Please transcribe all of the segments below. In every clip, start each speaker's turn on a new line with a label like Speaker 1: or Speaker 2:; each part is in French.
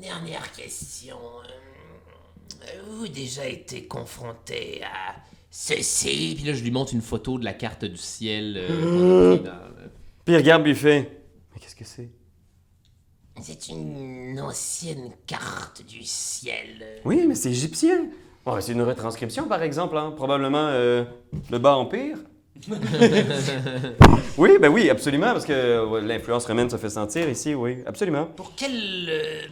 Speaker 1: dernière question. Euh, Avez-vous déjà été confronté à ceci
Speaker 2: Puis là, je lui montre une photo de la carte du ciel. euh, qu'on a pris dans le-
Speaker 3: Puis il regarde Buffet. Mais qu'est-ce que c'est?
Speaker 1: C'est une ancienne carte du ciel.
Speaker 3: Oui, mais c'est égyptien. Ouais, mais c'est une retranscription, par exemple. hein. Probablement euh, le bas empire. oui, ben oui, absolument, parce que euh, l'influence romaine se fait sentir ici, oui, absolument.
Speaker 1: Pour quel, euh,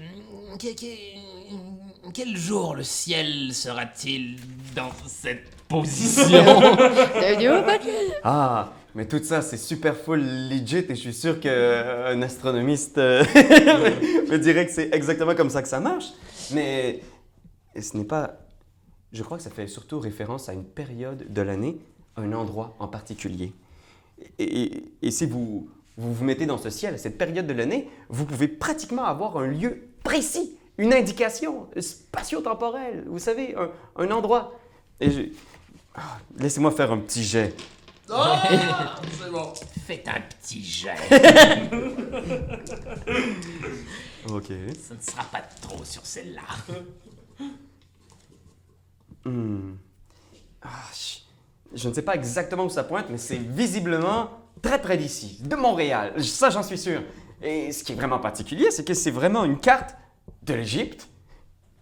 Speaker 1: quel, quel- quel jour le ciel sera-t-il dans cette position
Speaker 3: Ah, mais tout ça, c'est super full legit et je suis sûr qu'un astronomiste euh, me dirait que c'est exactement comme ça que ça marche. Mais ce n'est pas. Je crois que ça fait surtout référence à une période de l'année, un endroit en particulier. Et, et- et si vous, vous vous mettez dans ce ciel à cette période de l'année, vous pouvez pratiquement avoir un lieu précis, une indication spatio-temporelle, vous savez, un, un endroit. Et je- Ah, Laissez-moi faire un petit jet.
Speaker 1: Oh, Faites un petit jet.
Speaker 3: Ok.
Speaker 1: Ça ne sera pas trop sur celle-là.
Speaker 3: Ah, ch- je ne sais pas exactement où ça pointe, mais c'est visiblement très près d'ici, de Montréal. J- Ça, j'en suis sûr. Et ce qui est vraiment particulier, c'est que c'est vraiment une carte de l'Égypte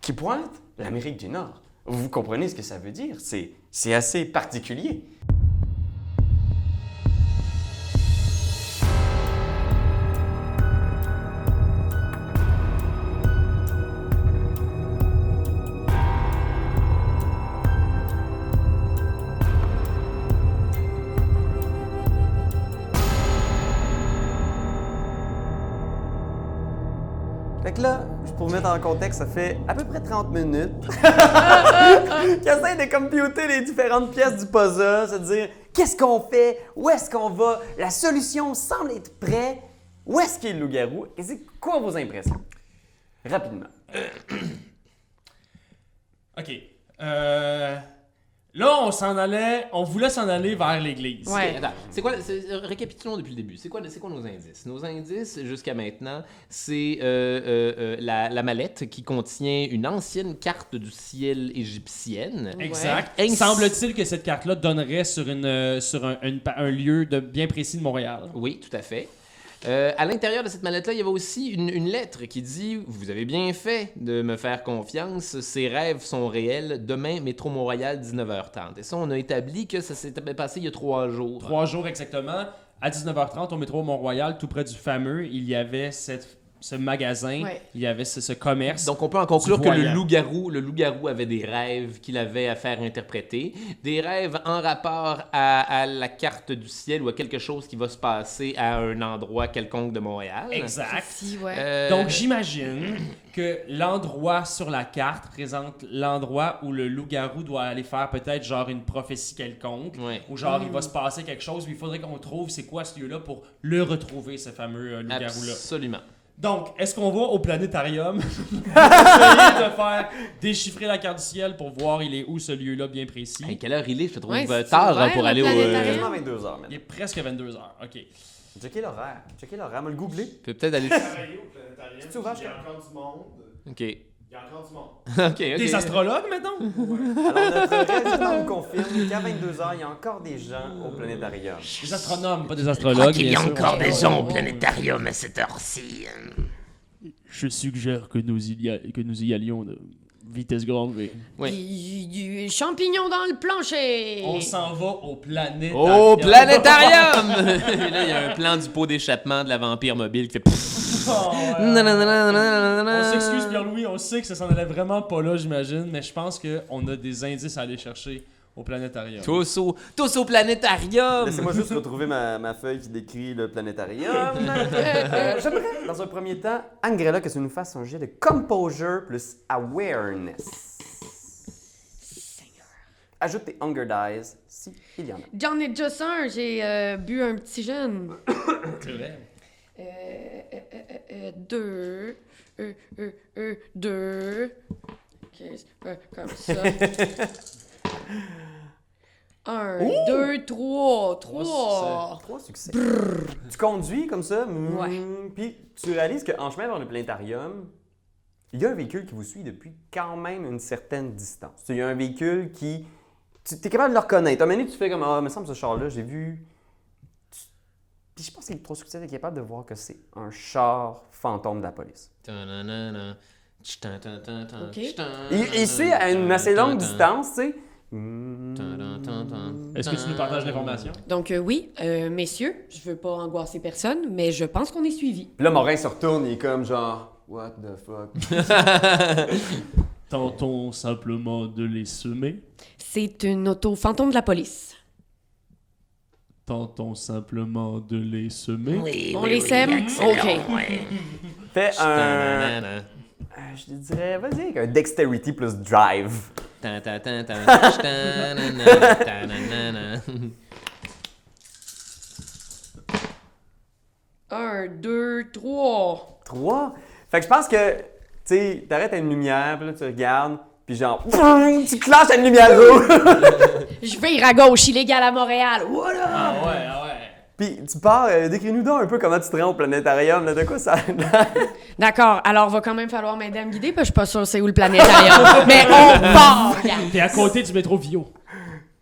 Speaker 3: qui pointe l'Amérique du Nord. Vous comprenez ce que ça veut dire C'est c'est assez particulier. Fait que là, pour mettre en contexte, ça fait à peu près 30 minutes. J'essaie de computer les différentes pièces du puzzle, se dire qu'est-ce qu'on fait, où est-ce qu'on va, la solution semble être prête. Où est-ce qu'il est le loup-garou et c'est quoi vos impressions? Rapidement.
Speaker 4: Ok. Euh, Là, on s'en allait, on voulait s'en aller vers l'église.
Speaker 2: Ok,
Speaker 5: Ouais.
Speaker 2: Eh, attends. C'est quoi, c'est- euh, récapitulons depuis le début. C'est quoi, c'est quoi nos indices? Nos indices, jusqu'à maintenant, c'est euh, euh, euh, la, la mallette qui contient une ancienne carte du ciel égyptienne.
Speaker 4: Exact.
Speaker 2: Ouais.
Speaker 4: Semble-t-il que cette carte-là donnerait sur, une, euh, sur un, une pa- un lieu de bien précis de Montréal.
Speaker 2: Oui, tout à fait. Euh, à l'intérieur de cette mallette-là, il y avait aussi une, une lettre qui dit « Vous avez bien fait de me faire confiance, ces rêves sont réels, demain, métro Montréal, 19h30. » Et ça, on a établi que ça s'est passé il y a trois jours.
Speaker 4: Trois jours exactement, à 19h30, au métro Mont-Royal, tout près du fameux, il y avait cette- ce magasin,
Speaker 5: Ouais.
Speaker 4: il y avait ce, ce commerce.
Speaker 2: Donc, on peut en conclure
Speaker 4: Du
Speaker 2: que le
Speaker 4: voyant.
Speaker 2: loup-garou, le loup-garou avait des rêves qu'il avait à faire interpréter, des rêves en rapport à, à la carte du ciel ou à quelque chose qui va se passer à un endroit quelconque de Montréal.
Speaker 4: exact.
Speaker 5: Si, ouais.
Speaker 2: Euh,
Speaker 4: Donc, j'imagine que l'endroit sur la carte présente l'endroit où le loup-garou doit aller faire peut-être genre une prophétie quelconque.
Speaker 2: Ouais.
Speaker 4: Ou genre, il va se passer quelque chose, puis il faudrait qu'on trouve c'est quoi ce lieu-là pour le retrouver, ce fameux euh, loup-garou-là.
Speaker 2: Absolument.
Speaker 4: Donc, est-ce qu'on va au planétarium essayer de faire déchiffrer la carte du ciel pour voir il est où ce lieu-là bien précis?
Speaker 2: Hey, quelle heure il est? Je te trouve
Speaker 5: Ouais,
Speaker 2: euh,
Speaker 5: c'est
Speaker 2: tard hein,
Speaker 5: ouvert,
Speaker 2: pour
Speaker 5: le
Speaker 2: aller au...
Speaker 5: planétarium.
Speaker 2: euh,
Speaker 3: Quasiment 22 heures
Speaker 4: Il
Speaker 3: maintenant.
Speaker 4: est presque 22 heures. OK.
Speaker 3: Checkez l'horaire. Checkez l'horaire. Me le googler.
Speaker 2: Tu peux peut-être aller...
Speaker 6: Travailler au planétarium,
Speaker 3: C'est ouvert,
Speaker 6: puis Il y a
Speaker 3: je-
Speaker 6: encore du monde.
Speaker 2: OK. OK,
Speaker 6: Il y a encore du monde.
Speaker 2: OK.
Speaker 4: Des astrologues, maintenant?
Speaker 3: Alors, notre résultat nous confirme qu'à 22 heures, il y a encore des gens au planétarium.
Speaker 4: Des astronomes, pas des
Speaker 1: Je crois
Speaker 4: astrologues.
Speaker 1: qu'il y
Speaker 4: bien
Speaker 1: a
Speaker 4: sûr.
Speaker 1: encore des gens au planétarium à cette heure-ci.
Speaker 2: hein.
Speaker 7: Je suggère que nous, il y a- que nous y allions de vitesse grand V.
Speaker 5: Du,
Speaker 2: Oui.
Speaker 5: du- du champignon dans le plancher.
Speaker 4: On s'en va au planétarium.
Speaker 2: Au planétarium! Et là, il y a un plan du pot d'échappement de la vampire mobile qui fait...
Speaker 4: Oh, ouais.
Speaker 2: Nanananananana.
Speaker 4: On s'excuse, Pierre-Louis, on sait que ça s'en allait vraiment pas là, j'imagine, mais je pense qu'on a des indices à aller chercher au planétarium.
Speaker 2: Tous au, tous au planétarium!
Speaker 3: Laissez-moi juste retrouver ma, ma feuille qui décrit le planétarium. Euh, J'aimerais, dans un premier temps, Angrella, que tu nous fasses un jet de composure plus awareness. Ajoute tes Hunger Dies, si il y en a.
Speaker 5: J'en ai déjà ça un, j'ai euh, bu un petit jeune. Euh, euh, euh, euh, deux. Euh, euh, euh, deux. Ok, c'est pas comme ça. un, deux, trois, trois.
Speaker 3: Trois succès. Tu conduis comme ça, mm,
Speaker 5: Ouais.
Speaker 3: puis tu réalises qu'en chemin vers le planétarium, il y a un véhicule qui vous suit depuis quand même une certaine distance. Il y a un véhicule qui. Tu es capable de le reconnaître. À un moment donné, tu fais comme Ah, me semble ce char-là, j'ai vu. Tu- Puis je pense que le trop succès est capable de voir que c'est un char fantôme de la police.
Speaker 2: Tananana, tchtan-tan-tan-tan,
Speaker 5: Ok.
Speaker 2: tchtan-tan-tan-tan,
Speaker 3: Il- Ici, à une assez longue
Speaker 2: tan-tan-tan,
Speaker 3: distance, tu sais.
Speaker 2: tan-tan-tan-tan.
Speaker 4: Est-ce que tu nous partages l'information?
Speaker 5: Donc euh, oui, euh, messieurs, je veux pas angoisser personne, mais je pense qu'on est suivis.
Speaker 3: Puis là, Morin se retourne, il est comme genre. What the fuck?
Speaker 7: Tentons simplement de les semer.
Speaker 5: C'est une auto fantôme de la police.
Speaker 7: Tentons simplement de les semer.
Speaker 1: Oui,
Speaker 5: On
Speaker 1: oui,
Speaker 5: les
Speaker 1: oui,
Speaker 5: sème?
Speaker 1: excellent,
Speaker 5: Ok.
Speaker 1: ouais.
Speaker 3: Fais un.
Speaker 2: Tananana,
Speaker 3: euh, Je te dirais, vas-y, avec un dexterity plus drive.
Speaker 2: tan-tan-tan-tan, tchtan-nana, tananana.
Speaker 5: 1, 2, 3.
Speaker 3: Trois. Fait que je pense que, tu sais, t'arrêtes à une lumière, puis là, tu regardes, puis genre, boum, tu clashes à une lumière rouge.
Speaker 5: Je vire à gauche, illégal à Montréal. Voilà.
Speaker 4: Ah ouais, ah ouais.
Speaker 3: puis tu pars, euh, décris-nous donc un peu comment tu te rends au planétarium, là, de quoi ça a l'air.
Speaker 5: D'accord, alors va quand même falloir m'aider à me guider, parce que je suis pas sûre c'est où le planétarium. mais on part, gang.
Speaker 7: T'es à côté du métro Vio.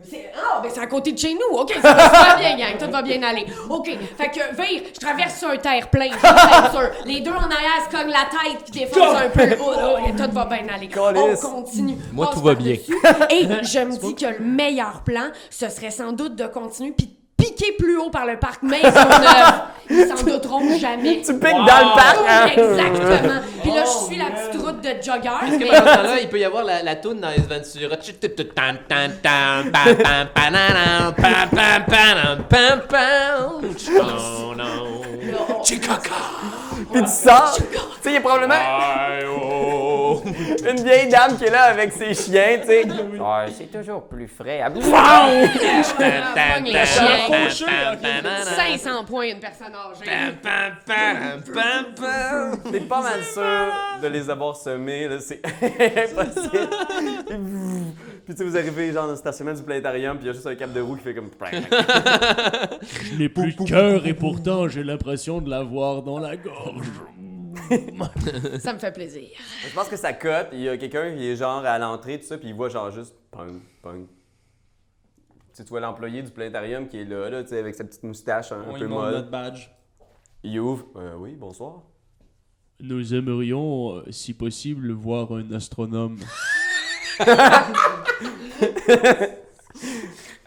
Speaker 5: C'est- Ah, ben c'est à côté de chez nous. OK, ça va, ça va bien, gang. Tout va bien aller. OK, fait que vire, je traverse sur un terre-plein, je suis pas sûre. Les deux en arrière se cognent la tête puis défoncent un peu. Oh, oh, et tout va bien aller. On
Speaker 3: Calisse.
Speaker 5: continue.
Speaker 2: Moi,
Speaker 5: Passe
Speaker 2: tout va
Speaker 5: par-dessus. Et je me dis que le meilleur plan, ce serait sans doute de continuer puis de piquer plus haut par le parc Maisonneuve. Ils s'en douteront jamais.
Speaker 3: Tu piques dans le parc, hein?
Speaker 5: Exactement. Puis là, je suis la petite route de jogger.
Speaker 2: Est-ce que
Speaker 5: mais-
Speaker 2: pendant ce temps-là, il peut y avoir la, la toune dans Ace Ventura? Tan, tan, tan, pam, pam, pananam, pam, pam, panam, pam, pam. Oh, non.
Speaker 3: Puis tu sors. Tu sais, il y a probablement une vieille dame qui est là avec ses chiens, tu sais. Ouais, c'est toujours plus frais. à-
Speaker 2: Tan, tan,
Speaker 5: Les
Speaker 2: tan,
Speaker 5: chiens.
Speaker 2: tan, tan,
Speaker 5: Faucheux,
Speaker 2: tan, pananam,
Speaker 5: 500 points une personne âgée.
Speaker 2: pam, pam, pam, pam, pam.
Speaker 3: T'es pas mal sûr de les avoir semés, là, c'est impossible. Et vous- puis tu sais, vous arrivez genre dans le stationnement du planétarium, puis il y a juste un cap de roue qui fait comme...
Speaker 7: Je n'ai plus de cœur et pourtant j'ai l'impression de l'avoir dans la gorge.
Speaker 5: Ça me fait plaisir.
Speaker 3: Je pense que ça cote. Il y a quelqu'un qui est genre à l'entrée, tout ça, puis il voit genre juste pong, pong. Tu sais, tu vois l'employé du planétarium qui est là, là, tu sais, avec sa petite moustache un
Speaker 4: On y
Speaker 3: peu
Speaker 4: montre
Speaker 3: molle.
Speaker 4: notre badge.
Speaker 3: Il ouvre. Euh, oui, bonsoir.
Speaker 7: Nous aimerions, euh, si possible, voir un astronome.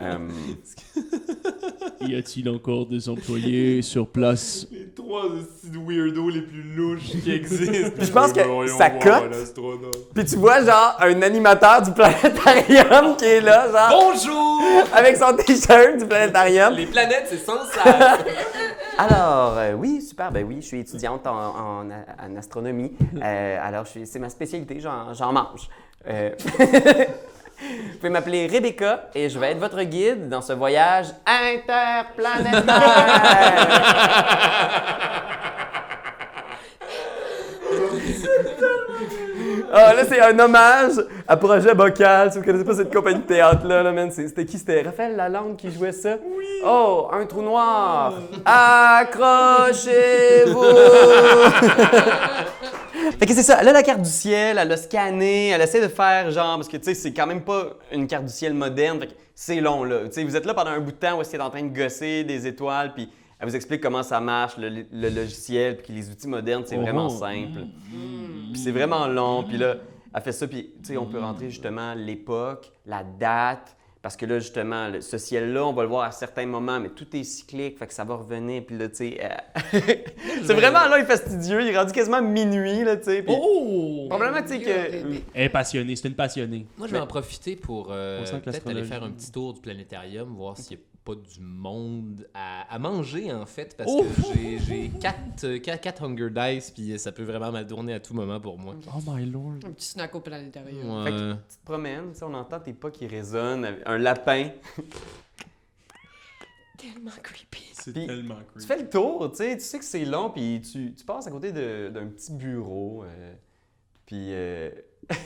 Speaker 3: Euh,
Speaker 7: Y a-t-il encore des employés sur place
Speaker 6: Les trois weirdos les plus louches qui existent.
Speaker 3: je pense que ça cote.
Speaker 6: l'astronome.
Speaker 3: puis tu vois genre un animateur du planétarium qui est là, genre
Speaker 2: Bonjour!
Speaker 3: avec son t-shirt du planétarium.
Speaker 2: Les planètes, c'est sans ça.
Speaker 3: Alors, euh, oui, super. Ben oui, je suis étudiante en, en- en astronomie. Euh, alors, je suis- c'est ma spécialité, j'en j'en mange. Euh, Vous pouvez m'appeler Rebecca et je vais être votre guide dans ce voyage interplanétaire. Ah, là, c'est un hommage à Projet Bocal. Si vous connaissez pas cette compagnie de théâtre-là, là, man, c'est- c'était qui? C'était Raphaël Lalande qui jouait ça? Oui! Mm. Oh, un trou noir! Accrochez-vous! Fait que c'est ça, elle a la carte du ciel, elle a scanné, elle essaie de faire genre, parce que tu sais, c'est quand même pas une carte du ciel moderne, fait que c'est long là. Tu sais, vous êtes là pendant un bout de temps où est-ce qu'elle est en train de gosser des étoiles, puis elle vous explique comment ça marche, le, le logiciel, puis que les outils modernes, c'est vraiment simple. Puis c'est vraiment long. Puis là, elle fait ça. Puis, tu sais, on peut rentrer justement l'époque, la date. Parce que là, justement, le- ce ciel-là, on va le voir à certains moments, mais tout est cyclique, fait que ça va revenir. Puis là, tu sais. euh, c'est vraiment là, il est fastidieux. Il est rendu quasiment minuit, là, tu sais. Puis
Speaker 7: Oh
Speaker 3: probablement, tu sais, que.
Speaker 5: Dieu,
Speaker 7: Elle est passionnée, c'est une passionnée.
Speaker 2: Moi, je vais en profiter pour euh,
Speaker 7: On sent que
Speaker 2: peut-être aller
Speaker 7: l'astrologie-
Speaker 2: faire un petit tour du planétarium, voir s'il n'y a pas du monde à, à manger, en fait, parce
Speaker 7: Oh!
Speaker 2: que j'ai- j'ai 4 quatre, quatre Hunger Dice, puis ça peut vraiment mal tourner à tout moment pour moi. euh,
Speaker 7: Oh my lord.
Speaker 5: Un petit snack au planétarium.
Speaker 2: Ouais.
Speaker 3: Fait que tu te promènes, tu sais, on entend tes pas qui résonnent, avec un lapin.
Speaker 5: Tellement creepy.
Speaker 4: C'est
Speaker 3: Puis,
Speaker 4: tellement
Speaker 3: Tu
Speaker 4: creepy.
Speaker 3: fais le tour, tu sais, tu sais que c'est long, puis tu, tu passes à côté de- d'un petit bureau, euh, puis... euh,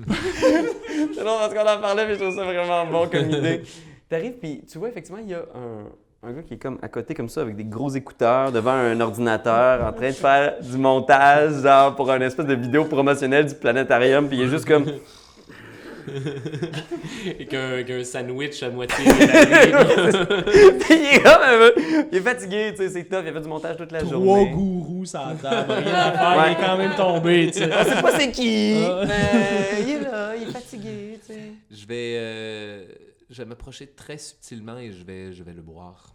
Speaker 3: c'est long parce qu'on en parlait, mais je trouve ça vraiment bon comme idée. T'arrives, puis tu vois, effectivement, il y a un, Un gars qui est comme à côté comme ça avec des gros écouteurs devant un ordinateur en train de faire du montage genre pour une espèce de vidéo promotionnelle du planétarium puis il est juste comme
Speaker 2: Et qu'un qu'un sandwich à moitié.
Speaker 3: Puis il est comme un peu- il est fatigué, tu sais, c'est tough, il a fait du montage toute la
Speaker 4: Trois
Speaker 3: journée.
Speaker 4: gourous ça table, rien à faire, il est quand même tombé, tu sais.
Speaker 3: C'est pas c'est qui
Speaker 4: Ah.
Speaker 3: mais il est là, il est fatigué, tu sais.
Speaker 2: je vais, euh, je vais m'approcher très subtilement et je vais, je vais le boire.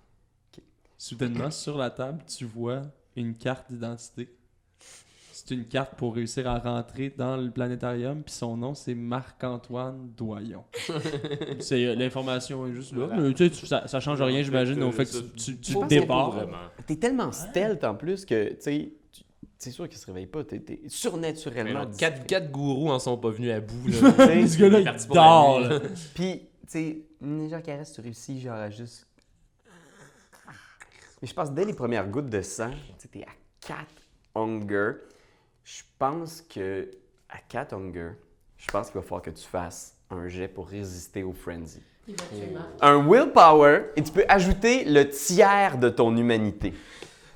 Speaker 4: Soudainement, sur la table, tu vois une carte d'identité. C'est une carte pour réussir à rentrer dans le planétarium, puis son nom, c'est Marc-Antoine Doyon. c'est, euh, l'information est juste là, mais tu sais, tu- ça, ça change rien, j'imagine, au fait que tu, tu, tu
Speaker 3: euh, Je pense qu'il y a
Speaker 4: débarres.
Speaker 3: pas T'es tellement stealth en plus que, tu sais, tu- c'est sûr qu'il se réveille pas. T'es t'es surnaturellement.
Speaker 2: Quatre, quatre gourous en sont pas venus à bout.
Speaker 3: Tu
Speaker 2: Là.
Speaker 3: sais,
Speaker 4: Ce gars-là,
Speaker 2: Il
Speaker 4: il
Speaker 2: est parti pour la
Speaker 4: dort,
Speaker 2: nuit.
Speaker 4: là.
Speaker 3: Puis, tu sais, Ninja Caress, tu réussis genre à juste. Mais je pense dès les premières gouttes de sang, tu sais, t'es à 4 hunger. Je pense que à 4 hunger, je pense qu'il va falloir que tu fasses un jet pour résister au frenzy.
Speaker 5: Il va tuer Marc.
Speaker 3: Un willpower et tu peux ajouter le tiers de ton humanité.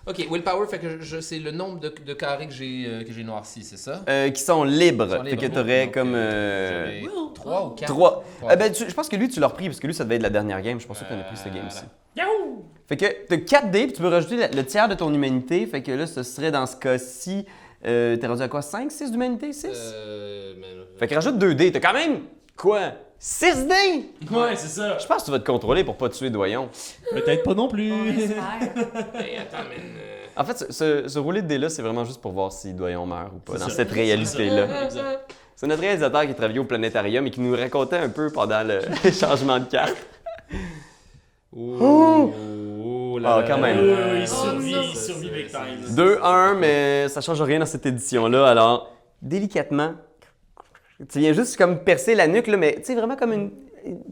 Speaker 2: Ok, willpower, fait que je, je- c'est le nombre de, de carrés que j'ai euh, que j'ai noirci, c'est ça?
Speaker 3: Euh, qui sont libres.
Speaker 2: Ils sont libres.
Speaker 3: Fait que t'aurais
Speaker 2: Donc,
Speaker 3: comme.
Speaker 2: euh,
Speaker 3: euh,
Speaker 2: j'avais Trois ou quatre?
Speaker 3: Trois.
Speaker 2: Trois.
Speaker 3: Euh, ben, tu- je pense que lui, tu l'as repris parce que lui, ça devait être la dernière game. Je pense pas que t'en as pris cette game-ci. Fait que t'as 4 dés, puis tu peux rajouter la- le tiers de ton humanité. Fait que là, ce serait dans ce cas-ci. Euh, t'es rendu à quoi 5, 6 d'humanité 6
Speaker 2: Euh, mais-
Speaker 3: Fait que rajoute 2 dés. T'as quand même. Quoi 6 dés
Speaker 4: Ouais, c'est ça.
Speaker 3: Je pense que tu vas te contrôler pour pas tuer Doyon.
Speaker 4: Peut-être pas non plus.
Speaker 5: On espère.
Speaker 2: Hey, attends, man, euh,
Speaker 3: En fait, ce, ce, ce roulé de dés-là, c'est vraiment juste pour voir si Doyon meurt ou pas
Speaker 4: C'est
Speaker 3: dans
Speaker 4: ça.
Speaker 3: cette réalité-là. C'est notre réalisateur qui travaillait au planétarium et qui nous racontait un peu pendant le changement de carte.
Speaker 2: Oh! oh là
Speaker 3: Ah,
Speaker 2: là
Speaker 3: quand
Speaker 2: là
Speaker 3: même.
Speaker 2: là là.
Speaker 4: Euh, il survit,
Speaker 5: non.
Speaker 4: il survit big time.
Speaker 3: 2-1, mais ça change rien dans cette édition-là. Alors, délicatement, tu viens juste comme percer la nuque, là, mais tu sais, vraiment comme une, une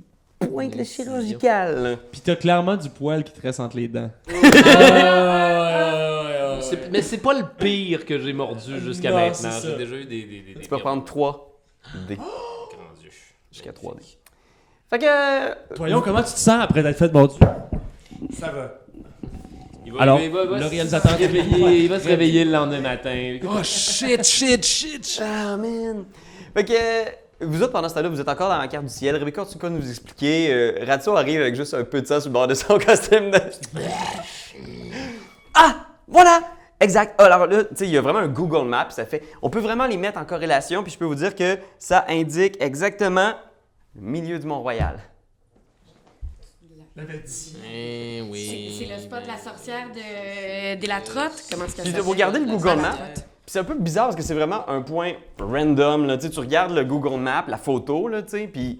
Speaker 3: pointe là, chirurgicale. là.
Speaker 4: Puis t'as clairement du poil qui te reste entre les dents.
Speaker 2: C'est- Mais c'est pas le pire que j'ai mordu jusqu'à
Speaker 4: Non,
Speaker 2: maintenant.
Speaker 4: c'est ça.
Speaker 2: J'ai déjà eu des. des, des- des
Speaker 3: Tu peux
Speaker 2: pires
Speaker 3: prendre 3 dés
Speaker 2: morts, grand Dieu.
Speaker 3: jusqu'à 3 dés. Fait que.
Speaker 4: Voyons comment tu te sens après d'être fait mordu.
Speaker 6: Ça va.
Speaker 2: Il va-
Speaker 4: Alors,
Speaker 2: il va- il va-
Speaker 4: le réalisateur
Speaker 2: il va se réveiller- il va se réveiller le lendemain matin.
Speaker 1: Oh shit, shit, shit, shit.
Speaker 3: Ah, man! Fait que. Vous autres, pendant ce temps-là, vous êtes encore dans la carte du ciel. Rebecca, tu peux nous expliquer. euh, Ratio arrive avec juste un peu de sang sur le bord de son costume. De... Ah! Voilà! Exact. Ah, Alors là, tu sais, il y a vraiment un Google Maps. Ça fait. On peut vraiment les mettre en corrélation, puis je peux vous dire que ça indique exactement le milieu du Mont-Royal.
Speaker 2: Eh
Speaker 5: C'est
Speaker 2: oui.
Speaker 5: c'est le spot de la sorcière de, de la trotte. Comment est-ce qu'elle
Speaker 3: Puis
Speaker 5: s'appelle?
Speaker 3: vous regardez le
Speaker 5: La
Speaker 3: Google
Speaker 5: sorcière de la
Speaker 3: Maps.
Speaker 5: trotte.
Speaker 3: Puis c'est un peu bizarre parce que c'est vraiment un point random. Là. Tu sais, tu regardes le Google Maps, la photo, là, tu sais, puis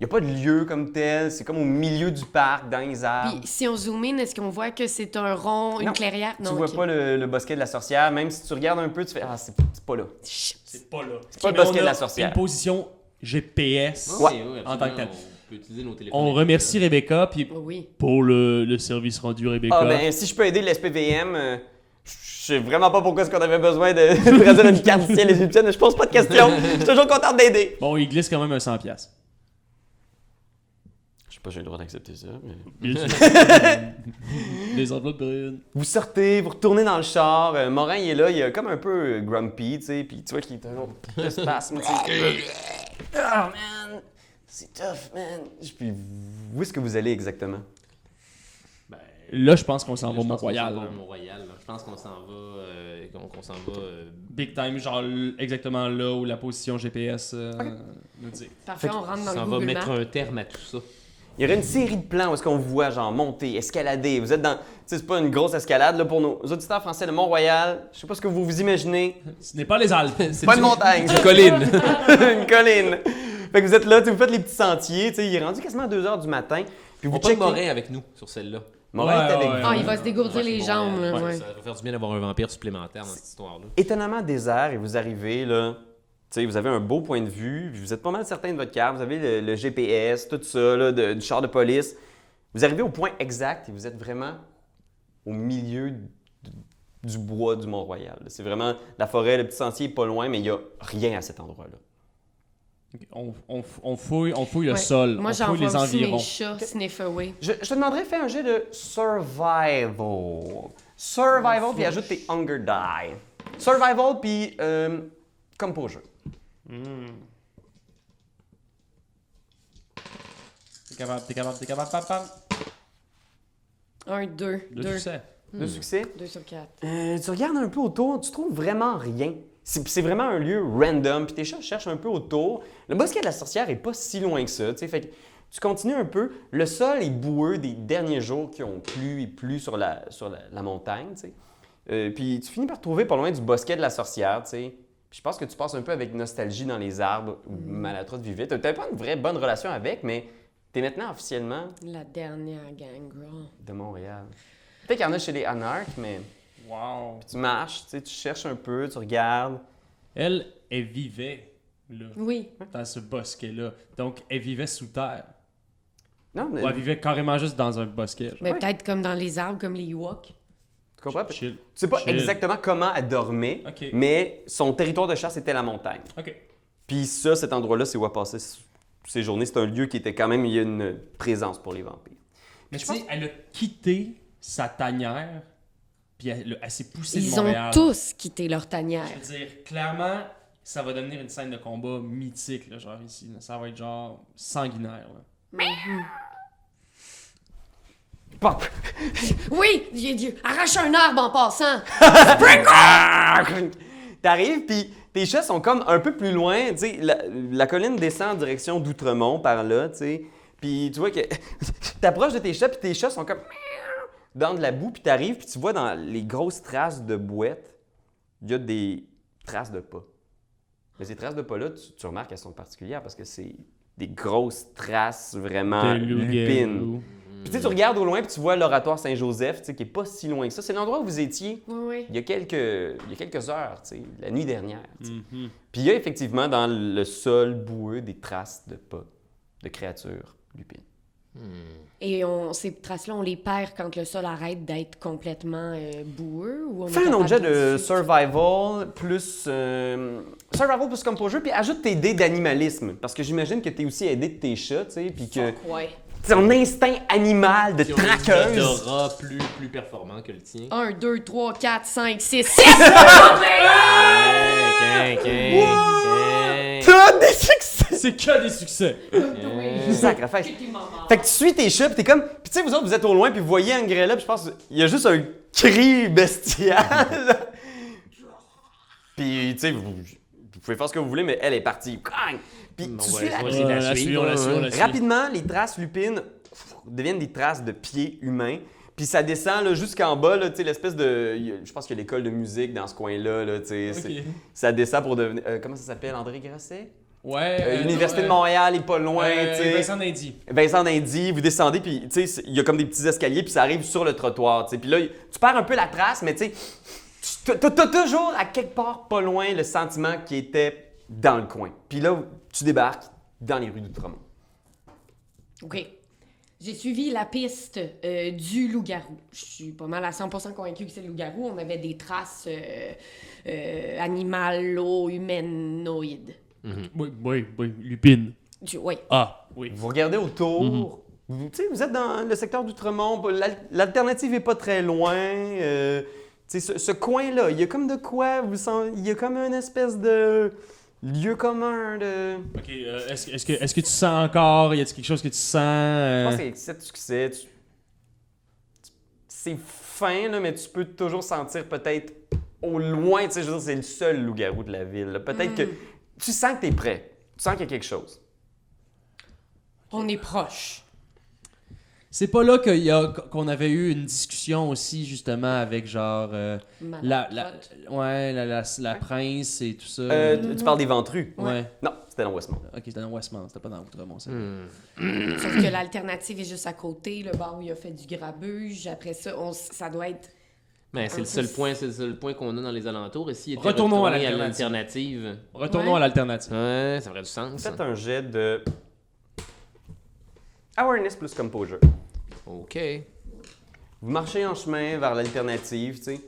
Speaker 3: il n'y a pas de lieu comme tel. C'est comme au milieu du parc, dans les arbres.
Speaker 5: Puis si on zoome in, est-ce qu'on voit que c'est un rond, une
Speaker 3: Ah. Non.
Speaker 5: clairière?
Speaker 3: tu vois
Speaker 5: ok.
Speaker 3: pas le, le bosquet de la sorcière. Même si tu regardes un peu, tu fais Ah, c'est c'est pas là.
Speaker 5: Chut.
Speaker 4: C'est pas là.
Speaker 3: C'est pas le basket de la sorcière.
Speaker 4: Une position GPS.
Speaker 3: Ouais,
Speaker 4: en tant que tel.
Speaker 2: Eh On peut utiliser nos téléphones.
Speaker 4: On remercie Rebecca, puis
Speaker 5: Oh Oui.
Speaker 7: Pour le, le service rendu, Rebecca.
Speaker 3: Ah, ben si je peux aider l'SPVM, euh, je sais vraiment pas pourquoi est-ce qu'on avait besoin de, de traduire une carte du ciel égyptienne. Je pose pas de questions. Je suis toujours contente d'aider.
Speaker 4: bon, il glisse quand même un 100$. piastres.
Speaker 3: Je sais pas, j'ai le droit d'accepter ça.
Speaker 7: Bien sûr. Les enveloppes brunes.
Speaker 3: Vous sortez, vous retournez dans le char. euh, Morin, il est là, il est comme un peu euh, grumpy, tu sais, puis tu vois qu'il est toujours de spasme, tu sais. Ah, man! C'est tough, man! Puis où est-ce que vous allez exactement?
Speaker 2: Ben,
Speaker 4: Là, je pense qu'on s'en
Speaker 2: là,
Speaker 4: va au
Speaker 2: je pense qu'on
Speaker 4: Mont-Royal.
Speaker 2: s'en va
Speaker 4: là.
Speaker 2: au Mont-Royal, là. Je pense qu'on s'en va. euh, qu'on qu'on s'en va. euh,
Speaker 4: Big time, genre l- exactement là où la position GPS euh, nous dit.
Speaker 5: Parfait, on rentre dans le
Speaker 2: s'en va
Speaker 5: Google Maps.
Speaker 2: mettre un terme à tout ça.
Speaker 3: Il y aurait une série de plans où est-ce qu'on vous voit genre monter, escalader. Vous êtes dans, tu sais, c'est pas une grosse escalade là pour nos auditeurs français de Mont-Royal. Je sais pas ce que vous vous imaginez.
Speaker 4: Ce n'est pas les Alpes.
Speaker 3: Pas une montagne,
Speaker 2: Une colline.
Speaker 3: une colline. Fait que vous êtes là, tu sais, vous faites les petits sentiers. Tu sais, il est rendu quasiment à 2 heures du matin. Puis vous
Speaker 2: On pas
Speaker 3: checkez.
Speaker 2: Morin avec nous sur celle-là.
Speaker 3: Morin est
Speaker 4: Ouais,
Speaker 3: avec
Speaker 4: ouais,
Speaker 3: vous.
Speaker 5: Ah, il va se dégourdir
Speaker 2: Ouais,
Speaker 5: les
Speaker 2: bon,
Speaker 5: jambes.
Speaker 2: euh,
Speaker 5: là, ouais.
Speaker 2: Ça va faire du bien d'avoir un vampire supplémentaire dans cette histoire-là.
Speaker 3: étonnamment désert et vous arrivez là. Tu sais, vous avez un beau point de vue, puis vous êtes pas mal certain de votre carte, vous avez le, le GPS, tout ça, là, de- du char de police. Vous arrivez au point exact et vous êtes vraiment au milieu d- du bois du Mont-Royal. là. C'est vraiment la forêt, le petit sentier est pas loin, mais il n'y a rien à cet endroit-là.
Speaker 7: On, on, on fouille, on fouille le
Speaker 5: Ouais.
Speaker 7: sol,
Speaker 5: Moi,
Speaker 7: on fouille
Speaker 5: j'envoie
Speaker 7: les
Speaker 5: aussi mes
Speaker 7: environs.
Speaker 5: chats sniff away.
Speaker 3: Je, je te demanderais de faire un jet de survival. Survival, puis ajoute tes hunger die. Survival, puis euh, comme pour jeu.
Speaker 4: T'es capable, t'es capable, t'es capable, pam, pam.
Speaker 5: Un, deux,
Speaker 7: Le
Speaker 5: deux.
Speaker 7: succès.
Speaker 3: De succès.
Speaker 5: Deux sur quatre.
Speaker 3: Euh, tu regardes un peu autour, tu trouves vraiment rien. C'est c'est vraiment un lieu random, puis tes chats cherchent un peu autour. Le bosquet de la sorcière est pas si loin que ça, tu sais, fait que tu continues un peu. Le sol est boueux des derniers jours qui ont plu et plu sur la, sur la, la montagne, tu sais. Euh, puis tu finis par te trouver pas loin du bosquet de la sorcière, tu sais. Puis je pense que tu passes un peu avec nostalgie dans les arbres où Malatroth vivait. T'as t'as pas une vraie bonne relation avec, mais t'es maintenant officiellement
Speaker 5: La dernière gang, girl.
Speaker 3: de Montréal. Peut-être qu'il y en a chez les anarches, mais...
Speaker 7: Wow.
Speaker 3: Tu marches, tu, sais, tu cherches un peu, tu regardes.
Speaker 7: Elle, elle vivait là,
Speaker 5: Oui.
Speaker 7: dans ce bosquet-là. Donc, elle vivait sous terre.
Speaker 3: Non, mais
Speaker 7: Ou elle vivait carrément juste dans un bosquet. genre.
Speaker 5: Mais peut-être comme dans les arbres, comme les Ewoks.
Speaker 3: tu comprends? Tu
Speaker 7: Chill.
Speaker 3: sais pas
Speaker 7: Chill.
Speaker 3: exactement comment elle dormait,
Speaker 7: Ok.
Speaker 3: mais son territoire de chasse était la montagne.
Speaker 7: Ok.
Speaker 3: Puis ça, cet endroit-là, c'est où elle passait s- ses journées. C'est un lieu qui était quand même, il y a une présence pour les vampires.
Speaker 7: Mais tu sais, elle a quitté sa tanière, puis elle, elle s'est poussée de
Speaker 5: Ils
Speaker 7: Montréal.
Speaker 5: ont tous quitté leur
Speaker 7: Je
Speaker 5: tanière.
Speaker 7: veux dire, clairement, ça va devenir une scène de combat mythique, là, genre ici. là. Ça va être genre sanguinaire. là.
Speaker 3: Pop!
Speaker 5: Oui! Dieu, Dieu, Arrache un arbre en passant!
Speaker 3: T'arrives, puis tes chats sont comme un peu plus loin. Tu sais, la, la colline descend en direction d'Outremont, par là, tu sais. Puis tu vois que t'approches de tes chats, puis tes chats sont comme dans de la boue, puis t'arrives, puis tu vois dans les grosses traces de bouettes, il y a des traces de pas. Mais ces traces de pas-là, tu, tu remarques qu'elles sont particulières parce que c'est des grosses traces vraiment lupines.
Speaker 7: Loup-garou.
Speaker 3: Puis tu sais, tu regardes au loin, puis tu vois l'oratoire Saint-Joseph, tu sais, qui est pas si loin que ça. C'est l'endroit où vous étiez
Speaker 5: Oui, oui.
Speaker 3: il y a quelques, il y a quelques heures, tu sais, la nuit dernière. tu sais. Puis il y a effectivement dans le sol boueux des traces de pas, de créatures lupines.
Speaker 5: Et on, ces traces-là, on les perd quand le sol arrête d'être complètement euh, boueux? Ou on
Speaker 3: Fais
Speaker 5: est
Speaker 3: un autre jet
Speaker 5: capable
Speaker 3: de
Speaker 5: suivre?
Speaker 3: survival plus. euh, survival plus comme pour jeu, puis ajoute tes dés d'animalisme. Parce que j'imagine que tu es aussi aidé de tes chats, tu sais, puis que
Speaker 5: Ah, Ouais.
Speaker 3: ton instinct animal de
Speaker 2: Qui ont une
Speaker 3: traqueuse.
Speaker 2: odorat plus, plus performant que le tien.
Speaker 5: 1, 2, 3, 4, 5, 6, 6!
Speaker 2: Quin, quin, quin,
Speaker 3: T'as des succès!
Speaker 7: C'est que des succès!
Speaker 5: Euh,
Speaker 3: Sacrifice. Fait que tu suis tes chats, pis t'es comme. Pis tu sais, vous autres, vous êtes au loin, puis vous voyez Angrella, puis je pense. Il y a juste un cri bestial. puis, tu sais, vous, vous pouvez faire ce que vous voulez, mais elle est partie. Cogne! Puis tu suis la-
Speaker 2: On va
Speaker 7: Ouais,
Speaker 2: essayer de la
Speaker 7: on
Speaker 2: suivre,
Speaker 7: la suit, on la
Speaker 2: ouais,
Speaker 7: suit, on la suit.
Speaker 3: Rapidement, les traces lupines pff, deviennent des traces de pieds humains. Puis ça descend là, jusqu'en bas, là, tu sais, l'espèce de. il y a- Je pense qu'il y a l'école de musique dans ce coin-là, là, tu sais. c'est- Ça descend pour devenir. euh, comment ça s'appelle, André Grasset?
Speaker 7: Ouais.
Speaker 3: Euh,
Speaker 7: euh,
Speaker 3: L'Université
Speaker 7: non,
Speaker 3: de
Speaker 7: euh,
Speaker 3: Montréal est pas loin,
Speaker 7: euh,
Speaker 3: tu sais.
Speaker 7: Vincent Dindy.
Speaker 3: Vincent d'Indy, vous descendez, puis tu sais, c'est- il y a comme des petits escaliers, puis ça arrive sur le trottoir, tu sais. Puis là, tu perds un peu la trace, mais tu sais, tu- t'as- t'as toujours à quelque part pas loin le sentiment qui était dans le coin. Puis là, tu débarques dans les rues d'Outremont.
Speaker 5: OK. J'ai suivi la piste euh, du loup-garou. Je suis pas mal à 100% convaincue que c'est le loup-garou. On avait des traces euh, euh, animalo-humanoïdes.
Speaker 7: Oui, oui, oui. Lupine.
Speaker 5: Tu- Ouais.
Speaker 7: Ah, oui.
Speaker 3: Vous regardez autour, vous, tu sais, vous êtes dans le secteur d'Outremont, bah, l'al- l'alternative est pas très loin. euh, tu sais, ce, ce coin-là, il y a comme de quoi, vous sent- il y a comme une espèce de lieu commun de...
Speaker 7: Ok, euh, est-ce est-ce que, est que tu sens encore? Y a-t-il quelque chose que tu sens? euh,
Speaker 3: Je pense que c'est succès. Tu... tu- C'est fin, là, mais tu peux toujours sentir peut-être au loin. Tu sais, je veux dire, c'est le seul loup-garou de la ville. là. Peut-être que tu sens que tu es prêt. Tu sens qu'il y a quelque chose.
Speaker 5: On est proche.
Speaker 4: C'est pas là qu'il y a- qu'on avait eu une discussion aussi, justement, avec genre. euh, la, la, ouais, la, la, la prince et tout ça.
Speaker 3: Euh, tu- Tu parles des ventrus?
Speaker 4: Mm. ouais.
Speaker 3: Non, c'était dans Westmont.
Speaker 4: Ok, c'était dans Westmount, c'était pas dans Outremont, ça.
Speaker 5: Sauf que l'alternative est juste à côté, le bar où il a fait du grabuge. Après ça, on s- ça doit être.
Speaker 2: Mais Ben, c'est le seul point, c'est le seul point qu'on a dans les alentours. Et s'il était
Speaker 7: Retournons à
Speaker 2: retourné l'alternative.
Speaker 7: Retournons
Speaker 5: Ouais.
Speaker 7: à l'alternative.
Speaker 2: Ouais, ça ferait du sens.
Speaker 3: Faites un jet de. Awareness plus composure.
Speaker 2: Ok.
Speaker 3: Vous marchez en chemin vers l'alternative, tu sais.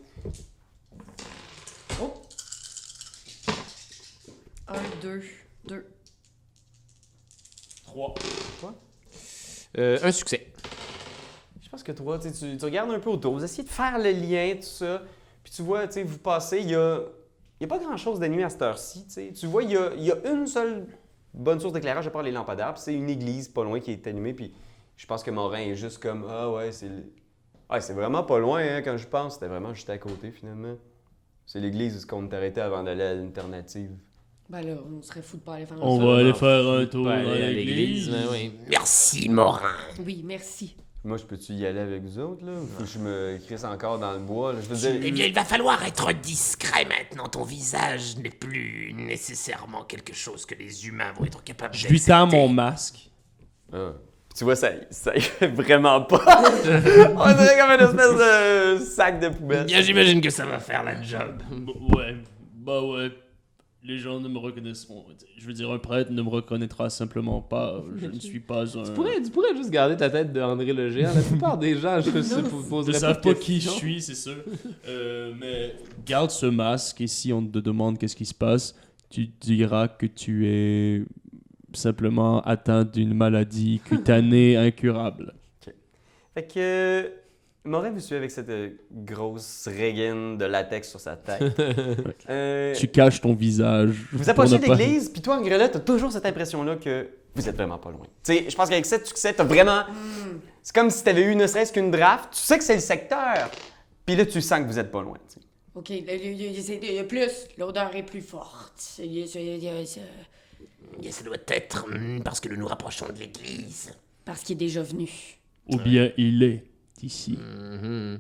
Speaker 5: 1, 2, 2.
Speaker 7: 3.
Speaker 2: Euh, un succès.
Speaker 6: Je pense que toi, tu, sais, tu, tu regardes un peu autour, vous essayez de faire le lien, tout ça. Puis tu vois, tu sais, vous passez, il y a, il y a pas grand-chose de nuit à cette heure-ci. tu sais. Tu vois, il y a, il y a une seule bonne source d'éclairage à part les lampadaires, puis c'est une église pas loin qui est allumée. Puis je pense que Morin est juste comme Ah ouais, c'est le- ah, c'est vraiment pas loin, hein, quand je pense. C'était vraiment juste à côté, finalement. C'est l'église où est-ce qu'on est arrêté avant d'aller à l'alternative.
Speaker 5: Ben là, on serait fou de pas aller faire un
Speaker 8: On
Speaker 5: tour.
Speaker 8: va aller faire un tour
Speaker 2: Pas
Speaker 8: à
Speaker 2: aller à
Speaker 8: l'église.
Speaker 2: ben oui.
Speaker 1: Merci, Morin.
Speaker 5: Oui, merci.
Speaker 3: Moi, je peux-tu y aller avec vous autres, là? Ou faut que je me crisse encore dans le bois, là? Je veux
Speaker 1: Eh bien,
Speaker 3: dire...
Speaker 1: il va falloir être discret maintenant. Ton visage n'est plus nécessairement quelque chose que les humains vont être capables
Speaker 4: Je lui tends mon masque.
Speaker 3: Ah. Tu vois, ça, ça y est vraiment pas. On dirait comme une espèce de sac de poubelle.
Speaker 1: Bien, j'imagine que ça va faire la job.
Speaker 8: Bon, Ouais,
Speaker 7: Ah
Speaker 8: bah ouais. Les gens ne me reconnaîtront. Je veux dire, un prêtre ne me reconnaîtra simplement pas.
Speaker 7: euh,
Speaker 8: Je ne suis pas un.
Speaker 2: Tu pourrais, tu pourrais juste garder ta tête de André Le Géant. La plupart des gens, je sais,
Speaker 8: Ils ne
Speaker 2: poseraient
Speaker 8: savent
Speaker 2: de
Speaker 8: pas qui je
Speaker 2: questions.
Speaker 8: suis, c'est sûr. Euh, mais
Speaker 4: Garde ce masque et si on te demande qu'est-ce qui se passe, tu diras que tu es simplement atteint d'une maladie cutanée incurable.
Speaker 3: Fait que. euh, Morin vous suit avec cette euh, grosse régine de latex sur sa tête. Euh,
Speaker 4: Tu caches ton visage.
Speaker 3: vous
Speaker 4: pour
Speaker 3: approchez
Speaker 4: ne pas-
Speaker 3: l'église, puis toi, en tu t'as toujours cette impression-là que vous êtes vraiment pas loin. Tu sais, je pense qu'avec cette succès, t'as vraiment. C'est comme si t'avais eu ne serait-ce qu'une draft. Tu sais que c'est le secteur. Puis là, tu sens que vous êtes pas loin. tu sais.
Speaker 5: Ok, il y a- il y a- c'est- il y a plus, l'odeur est plus forte. Il y a- c'est- il y a- c'est-
Speaker 1: Bien, ça doit être hmm, parce que nous nous rapprochons de l'église.
Speaker 5: Parce qu'il est déjà venu.
Speaker 8: ou bien il est ici.
Speaker 2: Mm-hmm.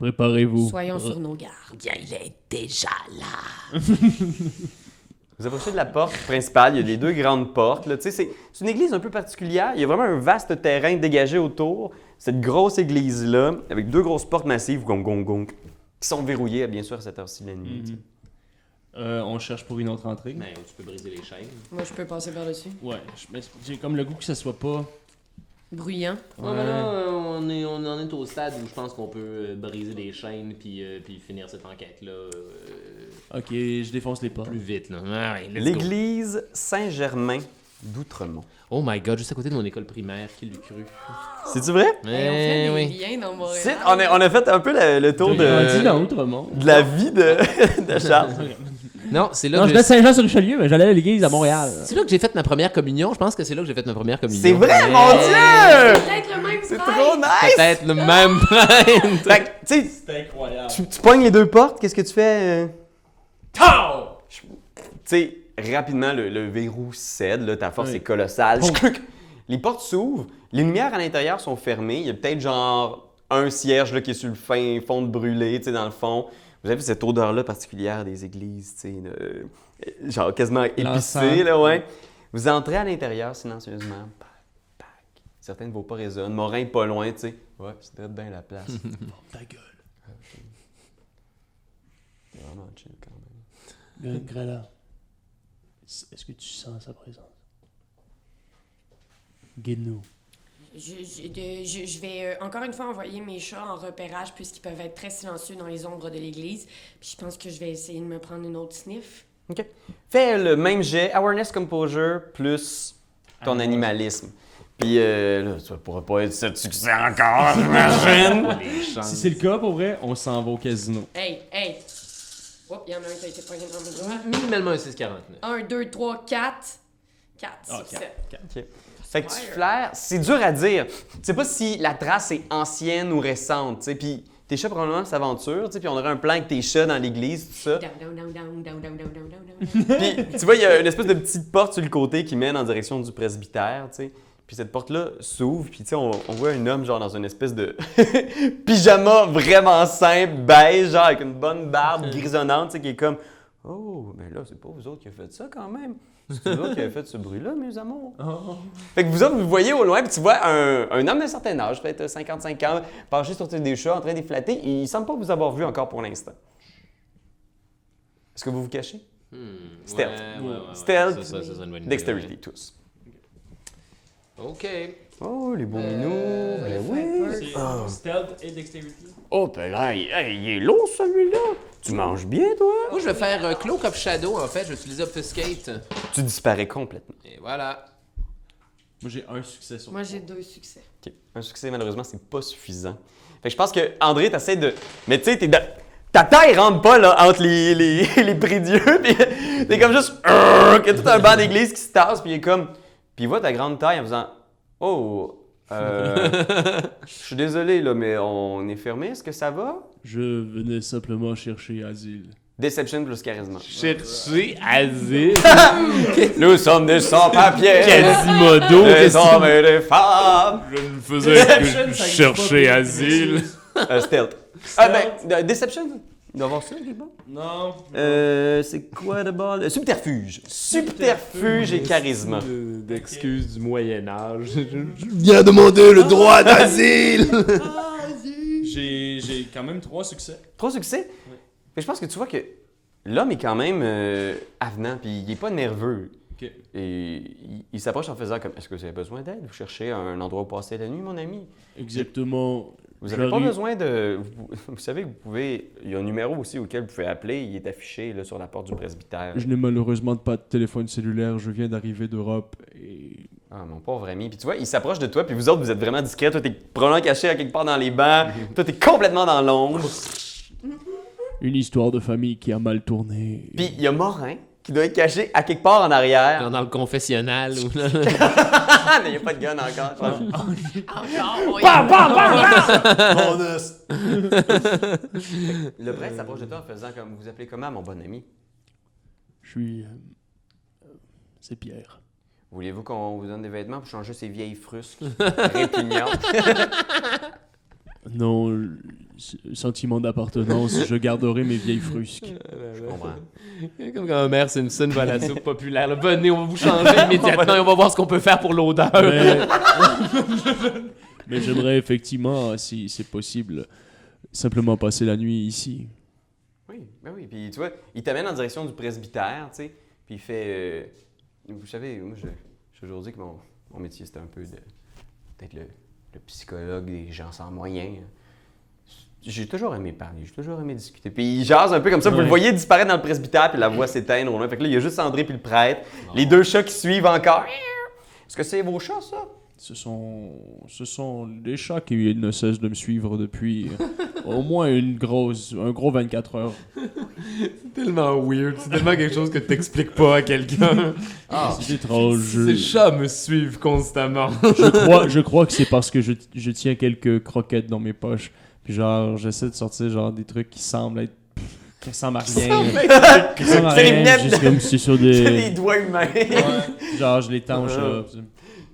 Speaker 8: Préparez-vous.
Speaker 5: Soyons sur nos gardes.
Speaker 1: Eh Bien, il est déjà là.
Speaker 3: Vous approchez de la porte principale, il y a les deux grandes portes. là. Tu sais, C'est c'est une église un peu particulière. Il y a vraiment un vaste terrain dégagé autour. Cette grosse église-là, avec deux grosses portes massives, gong, gong, gong, qui sont verrouillées, bien sûr, à cette heure-ci de la nuit. tu sais.
Speaker 7: Euh, on cherche pour une autre entrée.
Speaker 2: Ben, tu peux briser les chaînes.
Speaker 5: Moi, je peux passer par-dessus.
Speaker 7: Ouais, je- mais j'ai comme le goût que ça soit pas.
Speaker 5: Bruyant.
Speaker 2: Ouais, mais là, euh, on, est, on en est au stade où je pense qu'on peut euh, briser les chaînes puis, euh, puis finir cette enquête-là euh,
Speaker 7: Ok, je défonce les portes.
Speaker 2: plus vite. Là.
Speaker 3: L'église Saint-Germain d'Outremont.
Speaker 2: Oh my god, juste à côté de mon école primaire, qui l'eût cru?
Speaker 3: C'est-tu vrai?
Speaker 5: Hey, on fait
Speaker 2: Eh
Speaker 5: des
Speaker 2: oui.
Speaker 5: liens dans Montréal.
Speaker 3: C'est- on, a, on a fait un peu le, le tour de,
Speaker 4: Euh,
Speaker 7: grandi dans Outremont.
Speaker 3: de la vie de, de Charles.
Speaker 2: Non, c'est là,
Speaker 7: Non,
Speaker 2: que
Speaker 7: je
Speaker 2: j'ai-
Speaker 7: laisse Saint-Jean-sur-Richelieu, mais j'allais à l'église à Montréal.
Speaker 2: c'est là que j'ai fait ma première communion. Je pense que c'est là que j'ai fait ma première communion.
Speaker 3: C'est vrai,
Speaker 2: Eh,
Speaker 3: mon Dieu!
Speaker 5: Peut-être le même
Speaker 3: C'est
Speaker 5: vibe.
Speaker 3: trop nice!
Speaker 2: Peut-être le même prêtre.
Speaker 3: Fait que, tu sais,
Speaker 7: C'est incroyable.
Speaker 3: tu, tu pognes les deux portes, qu'est-ce que tu fais? euh? tu sais, rapidement, le, le verrou cède, là, ta force est colossale. Chclouc! Les portes s'ouvrent, les lumières à l'intérieur sont fermées, il y a peut-être genre un cierge là, qui est sur le fin fond de brûlé, tu sais, dans le fond. Vous avez cette odeur-là particulière des églises, tu sais, de- euh, genre quasiment épicée,
Speaker 7: L'encens.
Speaker 3: là, ouais. Vous entrez à l'intérieur silencieusement. Pac, pac. Certaines de vos pas résonnent. Morin pas loin, tu sais. Ouais, c'est peut-être bien la place.
Speaker 8: Ta gueule.
Speaker 3: C'est vraiment chill quand même.
Speaker 8: Gun Grella. Est-ce que tu sens sa présence Guide-nous.
Speaker 5: Je, je- de- je- je vais euh, encore une fois envoyer mes chats en repérage puisqu'ils peuvent être très silencieux dans les ombres de l'église. Puis je pense que je vais essayer de me prendre une autre sniff.
Speaker 3: OK. Fais le même jet, Awareness Composure plus ton
Speaker 7: Amour.
Speaker 3: animalisme. Puis euh, là, ça pourrait pas être ce succès encore, j'imagine.
Speaker 7: Si c'est le cas, pour vrai, on s'en va au casino.
Speaker 5: Hey, hey! Oups, il y en a un qui a été poigné dans le bras.
Speaker 2: Minimalement un 649.
Speaker 5: 1, 2, 3, 4. 4,
Speaker 7: Ah,
Speaker 5: succès.
Speaker 3: Fait que tu flaires, c'est dur à dire. Tu sais pas si la trace est ancienne ou récente, tu sais. Puis tes chats probablement s'aventurent, tu sais. Puis on aurait un plan avec tes chats dans l'église, tout ça.
Speaker 5: Down, down, down, down, down, down, down, down, down, down.
Speaker 3: Puis tu vois, il y a une espèce de petite porte sur le côté qui mène en direction du presbytère, tu sais. Puis cette porte-là s'ouvre, puis tu sais, on, on voit un homme genre dans une espèce de pyjama vraiment simple, beige, genre avec une bonne barbe grisonnante, tu sais, qui est comme « Oh, mais là, c'est pas vous autres qui avez fait ça quand même. C'est vous autres qui avez fait ce bruit-là, mes amours. Fait que vous autres, vous le voyez au loin, puis tu vois un, un homme d'un certain âge, peut-être 55 ans, penché sur des chats, en train de les flatter. Il semble pas vous avoir vu encore pour l'instant. Est-ce que vous vous cachez?
Speaker 2: Hmm,
Speaker 3: Stealth. Stealth.
Speaker 2: Ça, ça, ça, ça, une bonne idée,
Speaker 3: Dexterity, tous.
Speaker 2: ouais. Ok.
Speaker 3: Oh, les beaux minous! Ben oui!
Speaker 7: Stealth et dextérité.
Speaker 3: Oh, ben là, il, hey, il est lourd, celui-là! Tu manges bien, toi?
Speaker 2: Moi, je vais faire euh, Cloak of Shadow, en fait. Je vais utiliser Obfuscate.
Speaker 3: Tu disparais complètement.
Speaker 2: Et voilà.
Speaker 7: Moi, j'ai un succès sur
Speaker 5: Moi,
Speaker 7: trois.
Speaker 5: j'ai deux succès.
Speaker 3: Ok. Un succès, malheureusement, c'est pas suffisant. Fait que je pense que André, t'essaies de. Mais tu sais, t'es dans- Ta taille rentre pas là, entre les, les, les prédieux, puis t'es comme juste. Arrgh que tout un banc d'église qui se tasse, puis il est comme. Puis il voit ta grande taille en faisant Oh, euh, je suis désolé là, mais on est fermé, est-ce que ça va
Speaker 4: Je venais simplement chercher asile.
Speaker 3: Deception plus charisme.
Speaker 2: Chercher asile.
Speaker 3: Nous sommes des sans-papiers,
Speaker 2: Quasimodo.
Speaker 3: des hommes et des femmes.
Speaker 4: Je ne faisais que
Speaker 7: ça existe
Speaker 4: chercher
Speaker 7: pas.
Speaker 4: asile.
Speaker 3: Euh, stealth. Ah ben, euh, Deception Il doit y avoir ça, les bons.
Speaker 7: Non.
Speaker 3: Euh, c'est quoi de bord? Subterfuge. Subterfuge et charisme.
Speaker 2: D'excuses du Moyen-Âge.
Speaker 9: Viens demander le droit d'asile
Speaker 7: J'ai j'ai quand même trois succès.
Speaker 3: Trois succès? Mais je pense que tu vois que l'homme est quand même euh, avenant, puis il est pas nerveux.
Speaker 7: Ok.
Speaker 3: Et il, il s'approche en faisant comme Est-ce que vous avez besoin d'aide? Vous cherchez un endroit où passer la nuit, mon ami?
Speaker 4: Exactement.
Speaker 3: Vous n'avez pas
Speaker 4: J'arrive.
Speaker 3: besoin de. Vous, vous savez que vous pouvez. Il y a un numéro aussi auquel vous pouvez appeler, il est affiché là, sur la porte du presbytère.
Speaker 10: Je n'ai malheureusement pas de téléphone cellulaire, je viens d'arriver d'Europe et.
Speaker 3: Ah, mon pauvre ami. Puis tu vois, il s'approche de toi, puis vous autres, vous êtes vraiment discrets. Toi, t'es probablement caché à quelque part dans les bancs. Toi, t'es complètement dans l'ombre.
Speaker 4: Une histoire de famille qui a mal tourné.
Speaker 3: Puis il y a Morin qui doit être caché à quelque part en arrière.
Speaker 2: Dans dans le confessionnal. ou là.
Speaker 3: Ah, mais il n'y a pas de gun encore.
Speaker 2: Bah,
Speaker 3: Le prêtre s'approche de toi en faisant comme vous appelez comment, mon bon ami
Speaker 4: Je suis. euh, C'est Pierre.
Speaker 3: Voulez-vous qu'on vous donne des vêtements pour changer ces vieilles frusques répugnantes
Speaker 4: Non, le- ce- sentiment d'appartenance, je garderai mes vieilles frusques.
Speaker 3: Je comprends.
Speaker 2: Comme quand Homer Simpson va à la soupe populaire. là. Venez, on va vous changer immédiatement et on va voir ce qu'on peut faire pour l'odeur.
Speaker 4: Mais, mais j'aimerais effectivement, si c'est possible, simplement passer la nuit ici.
Speaker 3: Oui, ben oui. Puis tu vois, il t'amène en direction du presbytère, tu sais. Puis il fait. euh, vous savez, moi, je, je suis aujourd'hui que mon, mon métier, c'était un peu de. Peut-être le, le psychologue des gens sans moyens. J'ai toujours aimé parler, j'ai toujours aimé discuter. Puis il jase un peu comme ça, vous le voyez disparaître dans le presbytère, puis la voix s'éteindre. au loin. Fait que là, il y a juste André puis le prêtre. Les deux chats qui suivent encore. Est-ce que c'est vos chats, ça?
Speaker 7: Ce sont, ce sont les chats qui ne cessent de me suivre depuis euh, au moins une grosse, un gros 24 heures.
Speaker 2: tellement weird. C'est tellement quelque chose que t'expliques pas à quelqu'un. Ah,
Speaker 4: C'est étrange. Je,
Speaker 2: Ces chats me suivent constamment.
Speaker 7: Je crois, je crois que c'est parce que je, je tiens quelques croquettes dans mes poches. Puis genre, j'essaie de sortir genre des trucs qui semblent être... pff, Qui semblent à rien. Qui semblent à
Speaker 3: C'est les
Speaker 7: rien,
Speaker 3: minettes
Speaker 7: juste comme c'est sur
Speaker 3: Des
Speaker 7: des... Ah.
Speaker 3: doigts humains.
Speaker 7: Genre, je les tanche là.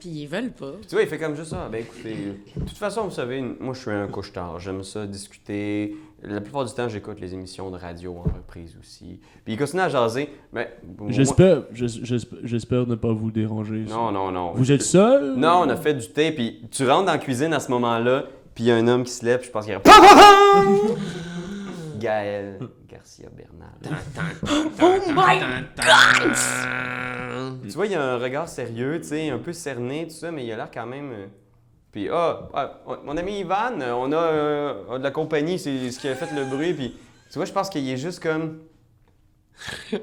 Speaker 5: Puis ils veulent pas.
Speaker 3: Tu vois, il fait comme juste ça. Ben écoutez, de toute façon, vous savez, moi je suis un couche-tard. J'aime ça discuter. La plupart du temps, j'écoute les émissions de radio en reprise aussi. Puis il continue à jaser. Mais. moi-
Speaker 7: J'espère, j'es- j'espère j'espère ne pas vous déranger.
Speaker 3: Non, non, non.
Speaker 7: Vous êtes seul?
Speaker 3: Non, on a fait du thé. Puis tu rentres dans la cuisine à ce moment-là. Puis il y a un homme qui se lève. Puis je pense qu'il y a. Pam, pam, pam! Gaël Garcia Bernal.
Speaker 5: Oh my
Speaker 2: Ah
Speaker 3: tu vois, il y a un regard sérieux, tu sais, un peu cerné, tout ça, mais il a l'air quand même. euh, Puis, ah, ah, on- mon ami Ivan, euh, on a euh, on a de la compagnie, c'est ce qui a fait le bruit. Puis, tu vois, je pense qu'il est juste comme.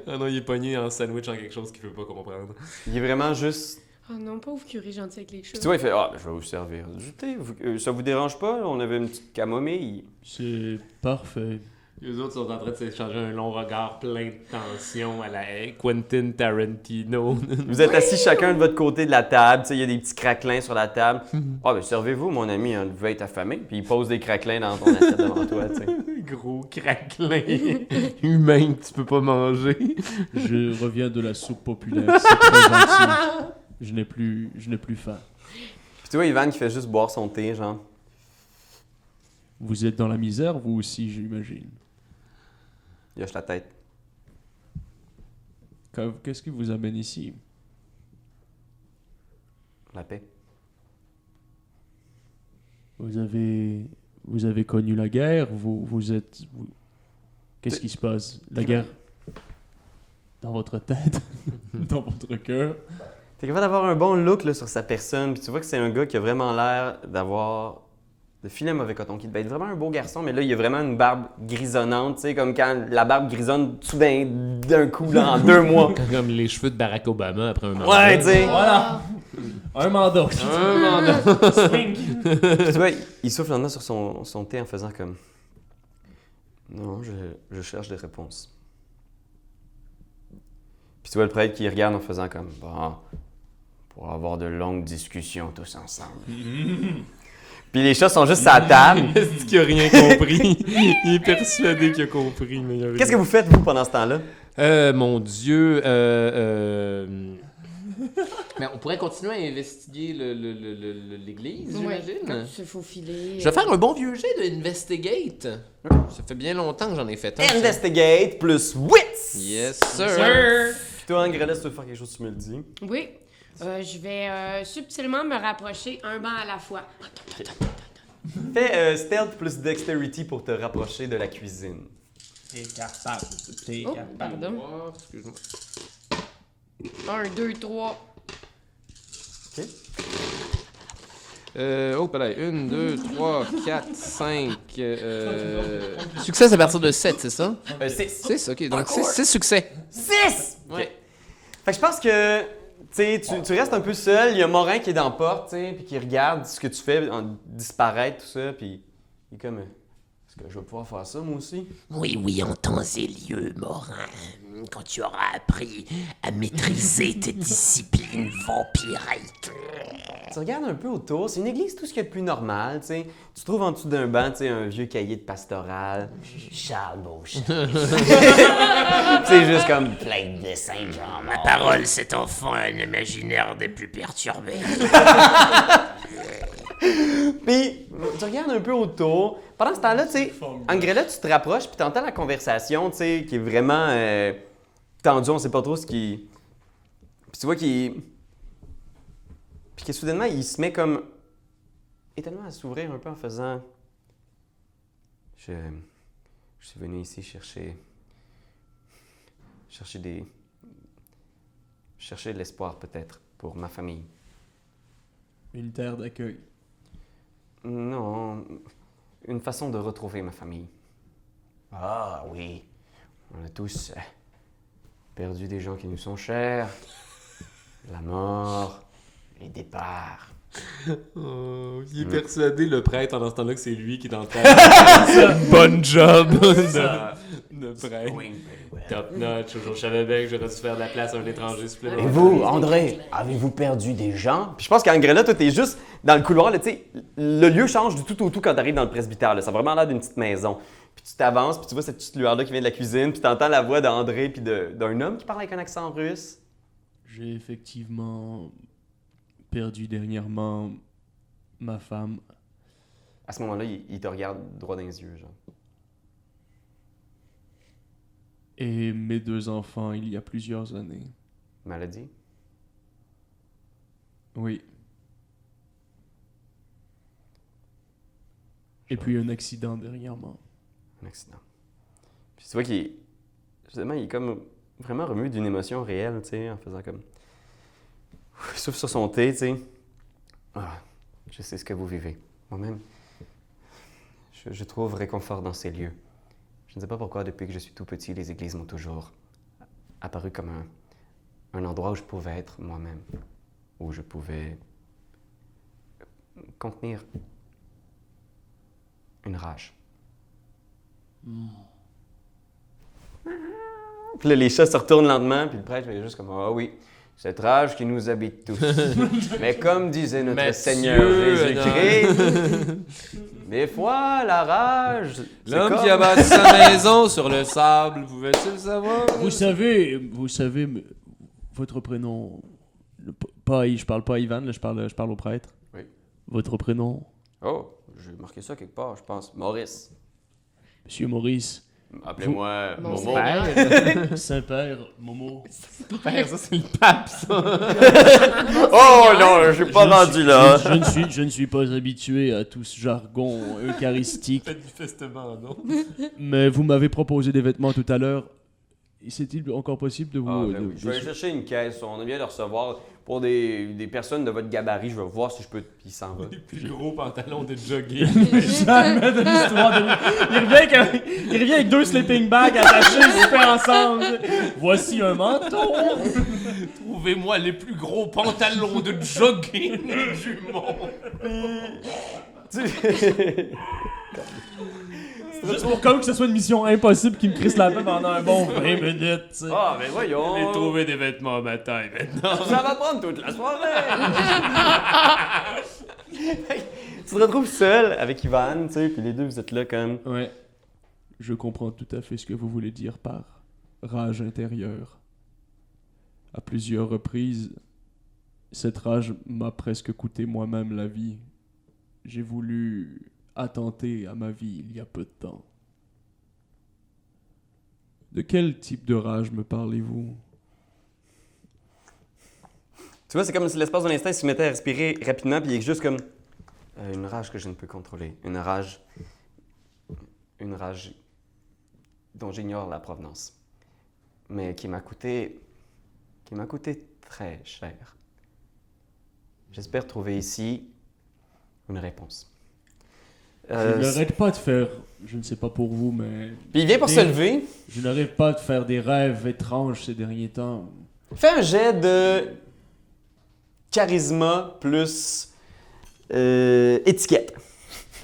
Speaker 2: Ah non, il est pogné en sandwich en quelque chose qu'il veut pas comprendre.
Speaker 3: Il est vraiment juste.
Speaker 5: Oh non, pauvre curé gentil avec les chats.
Speaker 3: Puis tu vois, il fait Ah, ben, je vais vous servir du thé. Vous- euh, ça vous dérange pas On avait une petite camomille.
Speaker 4: C'est parfait.
Speaker 2: Les autres sont en train de s'échanger un long regard plein de tension à la Quentin Tarantino.
Speaker 3: Vous êtes assis chacun de votre côté de la table. Tu sais, il y a des petits craquelins sur la table. Ah, ben, servez-vous, mon ami, on devait être affamé. Puis il pose des craquelins dans ton assiette devant toi, tu sais.
Speaker 2: Gros craquelin humain que tu peux pas manger.
Speaker 7: Je reviens de la soupe populaire, c'est très gentil. Je n'ai plus, je n'ai plus faim.
Speaker 3: Puis tu vois, Ivan qui fait juste boire son thé, genre.
Speaker 7: Vous êtes dans la misère, vous aussi, j'imagine.
Speaker 3: Il hoche la tête.
Speaker 7: Qu- Qu'est-ce qui vous amène ici
Speaker 3: La paix.
Speaker 7: Vous avez, vous avez connu la guerre. Vous, vous êtes. vous- Qu'est-ce qui se passe La guerre dans votre tête, dans votre cœur.
Speaker 3: T'es capable d'avoir un bon look là, sur sa personne, puis tu vois que c'est un gars qui a vraiment l'air d'avoir de filer mauvais coton, qui devait être vraiment un beau garçon, mais là, il a vraiment une barbe grisonnante, tu sais, comme quand la barbe grisonne soudain, d'un coup, là, en deux mois.
Speaker 2: Comme les cheveux de Barack Obama après un moment.
Speaker 3: Ouais, tu sais.
Speaker 7: Voilà.
Speaker 4: Un mandat.
Speaker 2: Un mandat.
Speaker 4: Swing.
Speaker 11: Puis tu vois, il- il souffle lentement sur son, son thé en faisant comme. Non, je, je cherche des réponses. Puis tu vois le prêtre qui regarde en faisant comme. Bon, pour avoir de longues discussions tous ensemble. Puis les chats sont juste à la table.
Speaker 2: Est-ce qu'il a rien compris? Il est persuadé qu'il a compris, mais il a rien
Speaker 11: Qu'est-ce que vous faites, vous, pendant ce temps-là?
Speaker 2: Euh, mon Dieu, euh, euh... Mais on pourrait continuer à investiguer le- le- le- le- le- l'église,
Speaker 5: Ouais,
Speaker 2: j'imagine.
Speaker 5: quand tu te faufiler.
Speaker 2: Je vais faire un bon vieux jet de Investigate. Ça fait bien longtemps que j'en ai fait un. ça.
Speaker 11: Investigate plus wits!
Speaker 2: Yes, sir.
Speaker 11: Puis toi, Angrella, si tu veux faire quelque chose, tu me le dis.
Speaker 5: Oui. Euh, je vais euh, subtilement me rapprocher un banc à la fois.
Speaker 11: Fais euh, stealth plus dexterity pour te rapprocher de la cuisine.
Speaker 4: T'es capable. T'es
Speaker 5: Oh,
Speaker 4: capable.
Speaker 5: pardon.
Speaker 2: Oh, excuse-moi.
Speaker 5: Un, deux, trois.
Speaker 2: Euh, oh, là, 1, 2, 3, 4, 5. Euh... Succès à partir de 7, c'est ça?
Speaker 11: Euh, six.
Speaker 2: 6, ok, donc 6 succès.
Speaker 11: Six!
Speaker 2: Ouais.
Speaker 3: Fait que je pense que tu, sais, tu tu restes un peu seul. Il y a Morin qui est dans la porte, tu sais, puis qui regarde ce que tu fais en disparaître, tout ça. Puis il est comme euh, Est-ce que je vais pouvoir faire ça, moi aussi
Speaker 1: Oui, oui, en temps et lieu, Morin. Quand tu auras appris à maîtriser tes disciplines vampiriques.
Speaker 3: Tu regardes un peu autour. C'est une église, tout ce qu'il y a de plus normal, tu sais. Tu trouves en dessous d'un banc, tu sais, un vieux cahier de pastoral. Charles Beauchamp. C'est juste comme
Speaker 1: Plague de Saint-Jean. Ma parole, cet enfant a un imaginaire des plus perturbés.
Speaker 3: Puis, tu regardes un peu autour. Pendant ce temps-là, tu sais, Angrella, tu te rapproches, puis t'entends la conversation, tu sais, qui est vraiment euh, tendue, on sait pas trop ce qui... Puis tu vois qu'il... Puis que soudainement, il se met comme... étonnamment à s'ouvrir un peu en faisant... Je... Je suis venu ici chercher... Chercher des... Chercher de l'espoir, peut-être, pour ma famille.
Speaker 7: Une terre d'accueil.
Speaker 3: Non, une façon de retrouver ma famille. Ah oui, on a tous euh, perdu des gens qui nous sont chers. La mort, les départs.
Speaker 2: Oh, il est persuadé, le prêtre, en entendant que c'est lui qui est en train de- Bonne job de, de prêtre. Top notch, toujours savais bien que j'aurais dû faire de la place à un étranger supplémentaire.
Speaker 3: vous, André, avez-vous perdu des gens? Puis je pense qu'Angrella, toi, t'es juste dans le couloir, là, tu sais, le lieu change du tout au tout quand t'arrives dans le presbytère, là. Ça a vraiment l'air d'une petite maison. Puis tu t'avances, puis tu vois cette petite lueur-là qui vient de la cuisine, puis t'entends la voix d'André, puis de- d'un homme qui parle avec un accent russe.
Speaker 7: J'ai effectivement perdu dernièrement ma femme.
Speaker 3: À ce moment-là, il, il te regarde droit dans les yeux, genre.
Speaker 7: et mes deux enfants il y a plusieurs années.
Speaker 3: Maladie?
Speaker 7: Oui. Et puis un accident dernièrement.
Speaker 3: Un accident. Puis tu vois qu'il est- justement, il est comme vraiment remué d'une émotion réelle, tu sais, en faisant comme. Ouf, Il souffle sur son thé, tu sais. Ah, je sais ce que vous vivez. Moi-même, je, je trouve réconfort dans ces lieux. Je ne sais pas pourquoi, depuis que je suis tout petit, les églises m'ont toujours apparu comme un, un endroit où je pouvais être moi-même, où je pouvais contenir une rage. Hmm. Puis là, les chats se retournent lentement, puis le prêtre fait juste comme Ah oui, cette rage qui nous habite tous. Mais comme disait notre
Speaker 2: Matthieu,
Speaker 3: Seigneur Jésus-Christ, des fois, la rage. c'est
Speaker 2: L'homme
Speaker 3: comme-
Speaker 2: qui a bâti sa maison sur le sable, pouvait-il le savoir?
Speaker 7: Vous savez, vous savez, mais votre prénom, le p- pas, je parle pas à Ivan, là, je parle, je parle au prêtre.
Speaker 3: Oui.
Speaker 7: Votre prénom,
Speaker 3: Oh, j'ai marqué ça quelque part, je pense. Maurice.
Speaker 7: Monsieur Maurice,
Speaker 3: Appelez-moi
Speaker 5: Mon
Speaker 3: Momo.
Speaker 5: Seigneur.
Speaker 4: Saint-Père, Momo.
Speaker 2: ça c'est le pape, ça!
Speaker 3: Oh non, je suis pas
Speaker 7: ne
Speaker 3: rendu
Speaker 7: suis-
Speaker 3: là. hein.
Speaker 7: Je, je ne suis, je ne suis pas habitué à tout ce jargon eucharistique,
Speaker 2: Manifestement, non?
Speaker 7: mais vous m'avez proposé des vêtements tout à l'heure. c'est-il encore possible de vous.
Speaker 3: Ah, ben
Speaker 7: de-
Speaker 3: oui. Je vais aller
Speaker 7: de-
Speaker 3: chercher une caisse. On aime bien le recevoir. Pour des, des personnes de votre gabarit, je vais voir si je peux. Il s'en va.
Speaker 1: Plus gros pantalon de jogging.
Speaker 5: Jamais de l'histoire de lui. Il revient, avec, il revient avec deux sleeping bags attachés super ensemble. Voici un manteau.
Speaker 1: Trouvez-moi les plus gros pantalons de jogging du monde.
Speaker 5: Juste pour comme que ce soit une mission impossible qui me crisse la paix pendant un bon 20 minutes. tu sais.
Speaker 3: Ah, mais voyons!
Speaker 1: J'ai trouvé des vêtements à ma taille maintenant.
Speaker 3: Ça va prendre toute la soirée!
Speaker 12: Tu te retrouves seul avec Ivan, tu sais, puis les deux, vous êtes là comme.
Speaker 7: Ouais. Je comprends tout à fait ce que vous voulez dire par rage intérieure. À plusieurs reprises, cette rage m'a presque coûté moi-même la vie. J'ai voulu attenter à ma vie il y a peu de temps. De quel type de rage me parlez-vous
Speaker 12: Tu vois, c'est comme si l'espace d'un instant, il se mettait à respirer rapidement, puis il est juste comme. Euh, une rage que je ne peux contrôler. Une rage. Une rage dont j'ignore la provenance. Mais qui m'a coûté. qui m'a coûté très cher. J'espère trouver ici une réponse. Euh,
Speaker 7: Je n'arrête pas de faire, je ne sais pas pour vous, mais
Speaker 3: Puis il vient pour se lever.
Speaker 7: je n'arrête pas de faire des rêves étranges ces derniers temps.
Speaker 3: Fais un jet de charisma plus euh, étiquette.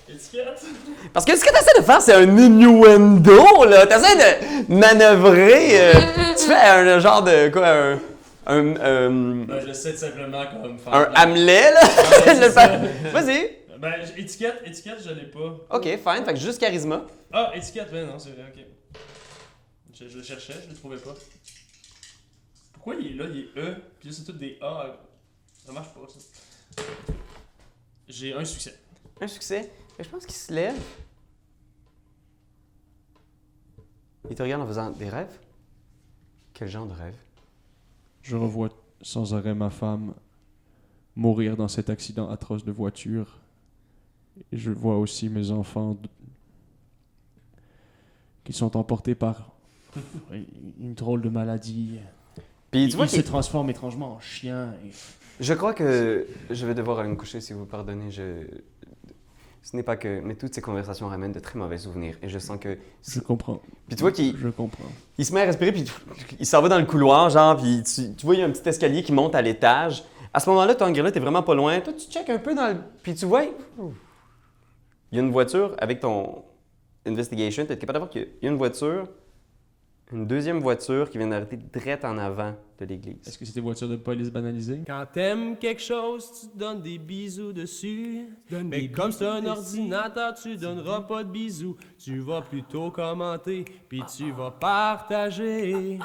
Speaker 5: Étiquette?
Speaker 3: Parce que ce que t'essaies de faire, c'est un innuendo, là. T'essaies de manœuvrer. euh, tu fais un genre de. quoi, un. Un, euh,
Speaker 5: Ben, je sais tout simplement comme faire.
Speaker 3: un Hamlet, là.
Speaker 5: c'est
Speaker 3: Le
Speaker 5: ça.
Speaker 3: fa- Vas-y.
Speaker 5: Ben, j- étiquette, étiquette, je l'ai pas.
Speaker 3: Ok, fine. Fait que juste charisma.
Speaker 5: Ah, étiquette, ben non, c'est vrai, ok. Je, je le cherchais, je le trouvais pas. Pourquoi il est là, il est E, puis là c'est tout des A. Ça marche pas, ça. J'ai un succès.
Speaker 3: Un succès. Mais je pense qu'il se lève. Il te regarde en faisant des rêves. Quel genre de rêve?
Speaker 7: Je revois sans arrêt ma femme mourir dans cet accident atroce de voiture. Et je vois aussi mes enfants d- qui sont emportés par une drôle de maladie.
Speaker 3: Puis tu
Speaker 7: Ils
Speaker 3: vois
Speaker 7: se
Speaker 3: qu'il.
Speaker 7: transforment étrangement en chiens. et-
Speaker 3: Je crois que je vais devoir aller me coucher si vous pardonnez. Je... Ce n'est pas que. Mais toutes ces conversations ramènent de très mauvais souvenirs. Et je sens que.
Speaker 7: Je comprends,
Speaker 3: Puis tu vois qu'il
Speaker 7: je comprends.
Speaker 3: il se met à respirer, puis il s'en va dans le couloir, genre. Puis tu, tu vois, il y a un petit escalier qui monte à l'étage. À ce moment-là, ton gars-là, t'es vraiment pas loin. Toi, tu check un peu dans le. Puis tu vois. Il y a une voiture avec ton investigation. T'es capable de voir qu'il y a une voiture, une deuxième voiture qui vient d'arrêter direct en avant de l'église.
Speaker 7: Est-ce que c'est des voitures de police banalisées
Speaker 4: Quand Ah, t'aimes quelque chose, tu te donnes des bisous dessus. Mais comme c'est un ordinateur, tu donneras pas de bisous. Tu vas plutôt commenter, puis tu vas partager.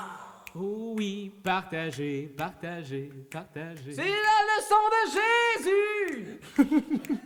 Speaker 4: Oh oui, partager, partager, partager. C'est la leçon de Jésus!